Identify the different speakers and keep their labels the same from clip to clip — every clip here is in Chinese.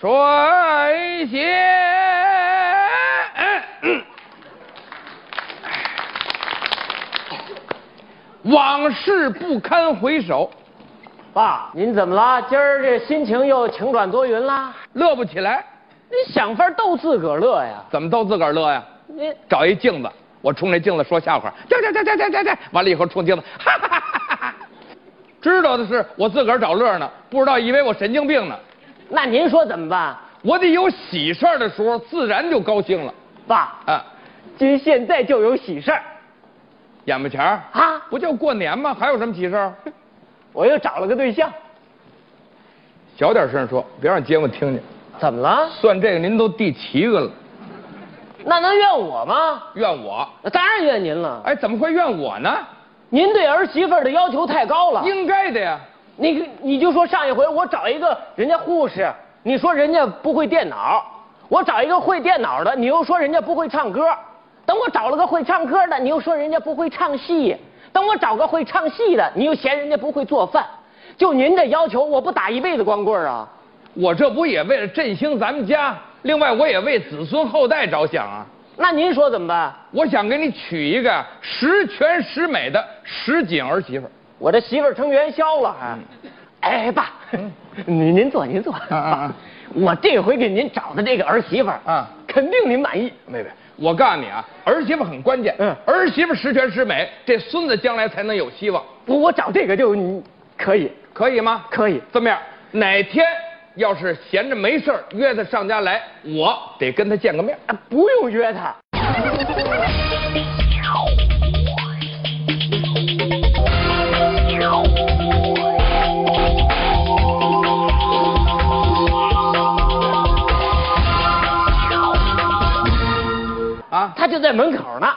Speaker 1: 水仙。往事不堪回首，
Speaker 2: 爸，您怎么啦？今儿这心情又晴转多云啦？
Speaker 1: 乐不起来，
Speaker 2: 你想法逗自个儿乐呀？
Speaker 1: 怎么都自个儿乐呀？
Speaker 2: 你
Speaker 1: 找一镜子，我冲那镜子说笑话，这这这这这这这，完了以后冲镜子，哈哈哈哈哈哈。知道的是我自个儿找乐呢，不知道以为我神经病呢。
Speaker 2: 那您说怎么办？
Speaker 1: 我得有喜事儿的时候，自然就高兴了
Speaker 2: 爸，
Speaker 1: 啊。
Speaker 2: 今现在就有喜事儿
Speaker 1: 眼巴前儿
Speaker 2: 啊！
Speaker 1: 不就过年吗？还有什么喜事儿？
Speaker 2: 我又找了个对象，
Speaker 1: 小点声说，别让街坊听见。
Speaker 2: 怎么了？
Speaker 1: 算这个您都第七个了，
Speaker 2: 那能怨我吗？
Speaker 1: 怨我？
Speaker 2: 那当然怨您了。
Speaker 1: 哎，怎么会怨我呢？
Speaker 2: 您对儿媳妇儿的要求太高了。
Speaker 1: 应该的呀。
Speaker 2: 你你就说上一回我找一个人家护士，你说人家不会电脑；我找一个会电脑的，你又说人家不会唱歌；等我找了个会唱歌的，你又说人家不会唱戏；等我找个会唱戏的，你又嫌人家不会做饭。就您这要求，我不打一辈子光棍儿啊！
Speaker 1: 我这不也为了振兴咱们家，另外我也为子孙后代着想啊！
Speaker 2: 那您说怎么办？
Speaker 1: 我想给你娶一个十全十美的十锦儿媳妇儿。
Speaker 2: 我这媳妇儿成元宵了还。哎，爸， 您您坐，您坐。
Speaker 1: 嗯啊啊啊
Speaker 2: 爸， 我这回给您找的这个儿媳妇儿
Speaker 1: 啊
Speaker 2: 肯定您满意。
Speaker 1: 妹妹，我告诉你啊，儿媳妇很关键。
Speaker 2: 嗯
Speaker 1: 儿媳妇十全十美，这孙子将来才能有希望，
Speaker 2: 我我找这个就你可以，
Speaker 1: 可以吗？
Speaker 2: 可以
Speaker 1: 这么样，哪天要是闲着没事儿约她上家来，我得跟她见个面。
Speaker 2: 啊，不用约他。
Speaker 1: 啊，
Speaker 2: 他就在门口呢。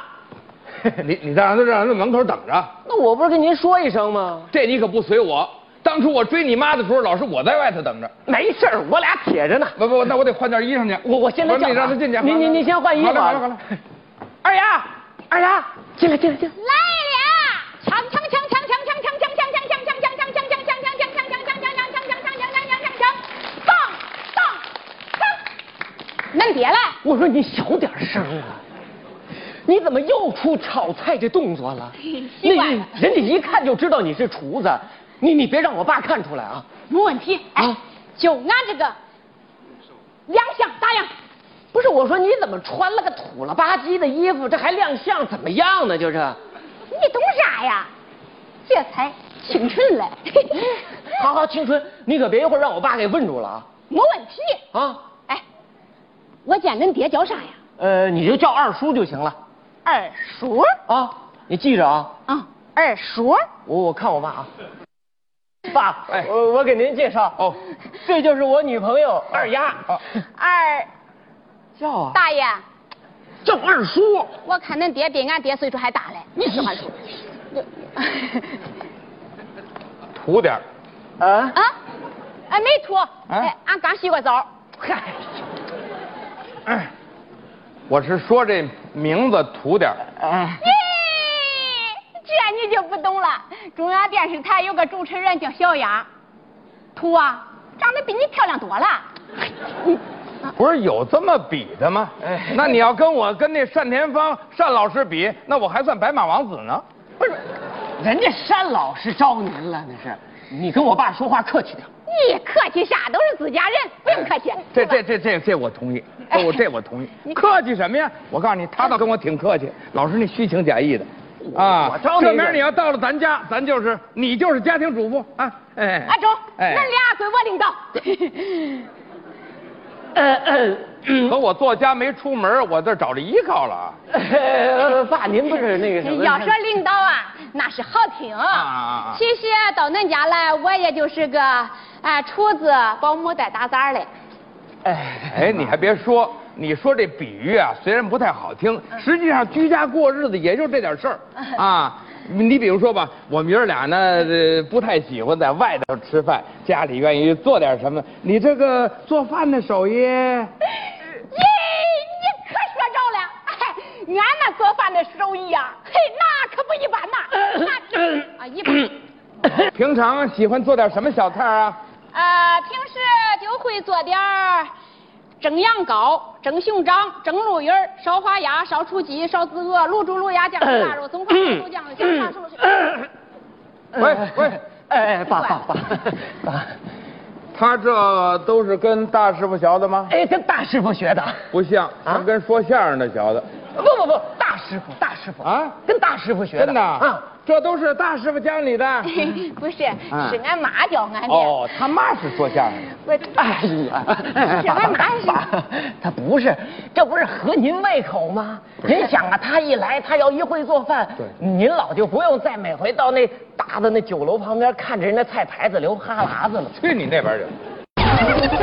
Speaker 1: 你你再让她让她门口等着，
Speaker 2: 那我不是跟您说一声吗？
Speaker 1: 这你可不随我。当初我追你妈的时候，老是我在外头等着。
Speaker 2: 没事儿，我俩铁着呢。
Speaker 1: 不不，那我得换件衣裳去。
Speaker 2: 我我现在
Speaker 1: 不是
Speaker 2: 叫
Speaker 1: 你
Speaker 2: 他
Speaker 1: 让他进去。
Speaker 2: 你你你先换衣服啊
Speaker 1: 好嘞好嘞好嘞。
Speaker 2: 二丫，二丫，进来进来进来。
Speaker 3: 来了！锵锵锵锵锵锵锵锵锵锵锵锵锵锵锵锵锵锵锵锵锵锵锵锵锵锵锵锵锵锵，棒棒锵！弄别了，
Speaker 2: 我说你小点声啊！你怎么又出炒菜这动作 了？那
Speaker 3: 习惯了
Speaker 2: 人家一看就知道你是厨子，你你别让我爸看出来啊！
Speaker 3: 没问题。哎
Speaker 2: 啊，
Speaker 3: 就俺这个亮相咋样？
Speaker 2: 不是，我说你怎么穿了个土了吧唧的衣服，这还亮相怎么样呢？ 就是，
Speaker 3: 你懂啥呀？这才青春嘞，
Speaker 2: 好好青春，你可别一会儿让我爸给问住了啊！
Speaker 3: 没问题。
Speaker 2: 啊，
Speaker 3: 哎，我见恁爹叫啥呀？
Speaker 2: 呃，你就叫二叔就行了
Speaker 3: 二叔
Speaker 2: 啊！你记着啊，
Speaker 3: 啊，二叔。
Speaker 2: 我我看我爸啊，爸，
Speaker 1: 哎
Speaker 2: 我我给您介绍
Speaker 1: 哦，
Speaker 2: 这就是我女朋友二丫，
Speaker 1: 啊
Speaker 3: 二
Speaker 2: 哦 叫啊，
Speaker 3: 大爷，
Speaker 2: 叫二叔。
Speaker 3: 我看恁爹比俺爹岁数还大嘞。你是二叔？
Speaker 1: 涂点儿
Speaker 2: 啊
Speaker 3: 啊？哎，没秃。哎，俺刚洗过澡。
Speaker 2: 嗨，
Speaker 1: 我是说这名字涂点儿
Speaker 2: 哎，
Speaker 3: 耶，这你就不懂了。中央电视台有个主持人叫小丫，秃啊，长得比你漂亮多了。
Speaker 1: 不是有这么比的吗？
Speaker 2: 哎
Speaker 1: 那你要跟我跟那单田芳单老师比，那我还算白马王子呢。
Speaker 2: 不是，人家单老师招您了，那是。你跟我爸说话客气点。
Speaker 3: 你客气啥？都是自家人，不用客气。
Speaker 1: 这这这这这我同意，这我这我同意。客气什么呀？我告诉你，他倒跟我挺客气，老是那虚情假意的。啊
Speaker 2: 我招你
Speaker 1: 这
Speaker 2: 惹
Speaker 1: 明儿你要到了咱家，咱就是你就是家庭主妇啊。哎，
Speaker 3: 阿忠，恁
Speaker 1: 哎，
Speaker 3: 俩归我领导。
Speaker 2: 呃呃
Speaker 1: 可嗯我做家没出门，我这儿找着依靠了啊。
Speaker 2: 呃，爸，您不是那个什么？
Speaker 3: 要说领导啊，那是好听。
Speaker 1: 啊啊
Speaker 3: 其实到恁家来，我也就是个哎厨子、保姆带打杂嘞。
Speaker 2: 哎，
Speaker 1: 哎，你还别说，你说这比喻啊，虽然不太好听，
Speaker 2: 嗯
Speaker 1: 实际上居家过日子也就这点 事儿啊。你比如说吧，我们爷儿俩呢、呃不太喜欢在外头吃饭，家里愿意做点什么。你这个做饭的手 艺，
Speaker 3: 耶，你可说着了，哎，俺那做饭的手艺啊，嘿，那可不一般 呐，那啊一般。
Speaker 1: 平常喜欢做点什么小菜啊？
Speaker 3: 呃，平时就会做点儿蒸羊羔、蒸熊掌、蒸鹿鱼儿、烧花鸭、烧雏鸡、烧子鹅、卤猪、卤鸭、酱
Speaker 2: 呃
Speaker 3: 油腊肉、松花豆酱、香 肠熟水。
Speaker 1: 喂喂
Speaker 2: 呃
Speaker 3: 呃
Speaker 2: 哎哎，爸爸爸 爸，
Speaker 1: 他这都是跟大师傅学的吗？
Speaker 2: 哎，啊跟大师傅学的，
Speaker 1: 不像，像跟说相声的学的
Speaker 2: 不不不，大师傅大师傅
Speaker 1: 啊
Speaker 2: 跟大师傅学的，
Speaker 1: 真的
Speaker 2: 啊，哎
Speaker 1: 这都是大师傅教你的。
Speaker 3: 不是，是俺妈教俺的。
Speaker 1: 嗯哦，他妈是说相声的。
Speaker 3: 不是，
Speaker 2: 哎呀， 哎
Speaker 3: 这玩意儿哪是
Speaker 2: 爸，他不是，这不是合您胃口吗？您想啊，他一来，他要一会做饭，
Speaker 1: 对
Speaker 2: 您老就不用再每回到那大的那酒楼旁边看着人家菜牌子流哈喇子了。
Speaker 1: 去你那边去！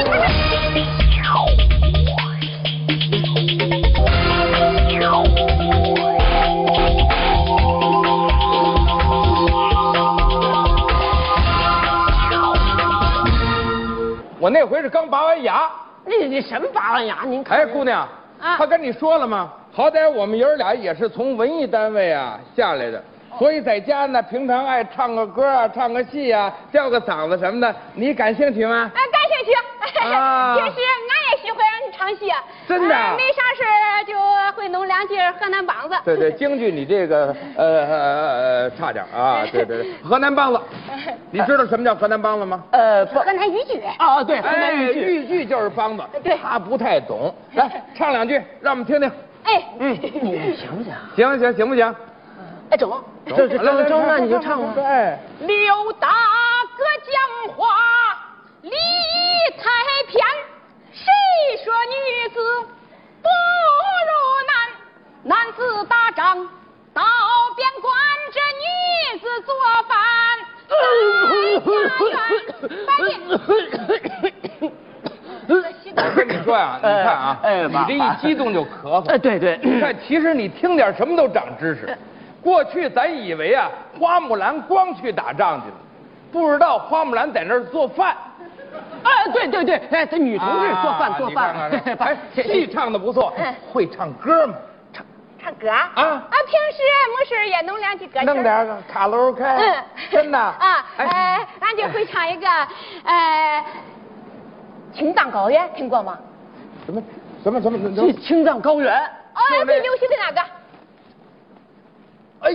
Speaker 1: 我那回是刚拔完牙，
Speaker 2: 你你什么拔完牙？您看
Speaker 1: 哎，姑娘，
Speaker 3: 啊
Speaker 1: 他跟你说了吗？好歹我们爷儿俩也是从文艺单位啊下来的，所以在家呢，平常爱唱个歌啊，唱个戏啊，吊个嗓子什么的，你感兴趣吗？
Speaker 3: 哎，感兴趣。
Speaker 1: 啊
Speaker 3: 平时俺也喜欢唱戏，
Speaker 1: 真的啊
Speaker 3: 哎没啥事儿就会弄两句河南 梆子。
Speaker 1: 对对， 京剧你这个呃呃呃差点啊，对对对，河南梆 子，你知道什么叫河南梆子吗？
Speaker 2: 呃不
Speaker 3: 河南豫剧。
Speaker 2: 啊对，河
Speaker 1: 哎，
Speaker 2: 南豫剧。
Speaker 1: 豫剧就是梆子，
Speaker 3: 对
Speaker 1: 他不太懂， 来唱两句让我们听听，
Speaker 3: 哎，
Speaker 1: 嗯，
Speaker 2: 你行不行？
Speaker 1: 行行行不行？
Speaker 2: 哎，整，
Speaker 1: 中
Speaker 2: 这这这这，那你就唱吧。
Speaker 1: 哎，
Speaker 3: 刘大哥讲话理太偏，谁说女子不如男？男子打仗到边关，这女子做 饭在家
Speaker 1: 我哎
Speaker 3: 园。
Speaker 1: 跟你说 呀，你看啊，
Speaker 2: 哎哎
Speaker 1: 你
Speaker 2: 爸
Speaker 1: 这一
Speaker 2: 爸
Speaker 1: 激动就咳
Speaker 2: 哎
Speaker 1: 嗽，
Speaker 2: 对对，
Speaker 1: 你看，其实你听点什么都长知 识。过去咱以为啊，花木兰光去打仗去了，不知道花木兰在那儿做饭。
Speaker 2: 哎对对对，哎，这女同志做饭
Speaker 1: 啊
Speaker 2: 做
Speaker 1: 你看看
Speaker 2: 饭，
Speaker 1: 这
Speaker 2: 爸
Speaker 1: 哎，戏唱的不错，会唱歌吗？
Speaker 3: 唱歌啊
Speaker 1: 啊
Speaker 3: 啊，平时没事儿也弄两句歌曲儿。
Speaker 1: 弄点个卡拉 OK，
Speaker 3: 嗯，
Speaker 1: 真的
Speaker 3: 啊，
Speaker 1: 哎，
Speaker 3: 呃，俺就会唱一个，呃，青藏高原，听过吗？
Speaker 1: 什么什么什么什
Speaker 2: 去
Speaker 1: 么？
Speaker 2: 青藏高原。
Speaker 3: 哦，最流行的那个，
Speaker 1: 哎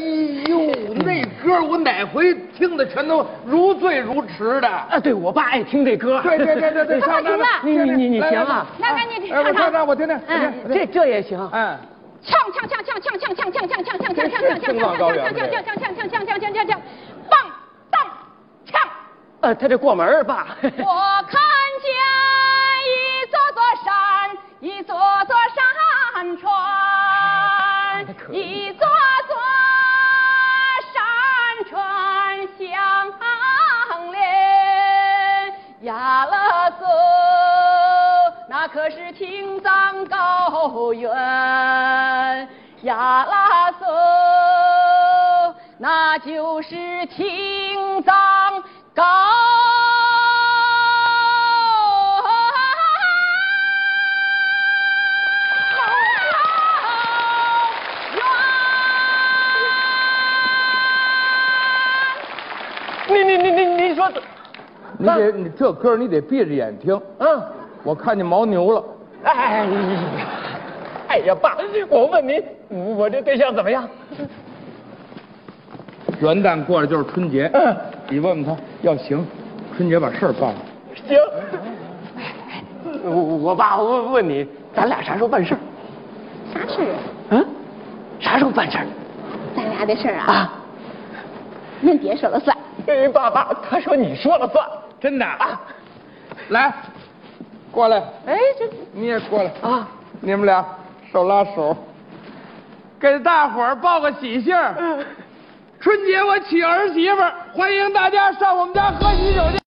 Speaker 1: 呦，那歌我哪回听的全都如醉如痴的。
Speaker 2: 啊，对我爸爱听这歌。
Speaker 1: 对对对对 对，
Speaker 3: 爸爸
Speaker 1: 唱唱唱
Speaker 2: 你你你你
Speaker 1: 来来
Speaker 2: 行啊
Speaker 1: 来
Speaker 3: 那赶紧
Speaker 1: 哎我
Speaker 3: 唱
Speaker 1: 唱
Speaker 3: 唱，
Speaker 1: 唱，我听听，我听我听
Speaker 2: 这这也行。
Speaker 1: 哎，
Speaker 3: 唱唱唱唱唱唱唱唱唱唱唱唱唱唱唱唱唱唱唱唱唱唱唱唱唱，棒当唱。
Speaker 2: 呃，他这过门儿 吧。
Speaker 3: 我看见一座座山，一座座山川，一座座山川相连。雅勒索，那可是青藏高原。雅拉索，那就是青藏高
Speaker 2: 您您您您您说怎，
Speaker 1: 你得你这歌你得闭着眼听，
Speaker 2: 嗯，
Speaker 1: 我看见牦牛了，
Speaker 2: 哎，哎呀爸，我问您，我这对象怎么样？
Speaker 1: 元旦过了就是春节，
Speaker 2: 嗯
Speaker 1: 你问问他要行，春节把事儿办了。
Speaker 2: 行。 我我爸问问你，咱俩啥时候办事儿？
Speaker 3: 啥事儿啊？
Speaker 2: 嗯，啥时候办事儿？
Speaker 3: 咱俩的事儿啊，
Speaker 2: 啊，
Speaker 3: 恁爹说了算。
Speaker 2: 哎，爸爸，他说你说了算。
Speaker 1: 真的
Speaker 2: 啊
Speaker 1: 来，过来，
Speaker 2: 哎，这
Speaker 1: 你也过来，
Speaker 2: 啊，
Speaker 1: 你们俩手拉手，给大伙儿报个喜庆
Speaker 2: 嗯
Speaker 1: 儿。春节我娶儿媳妇儿，欢迎大家上我们家喝喜酒去。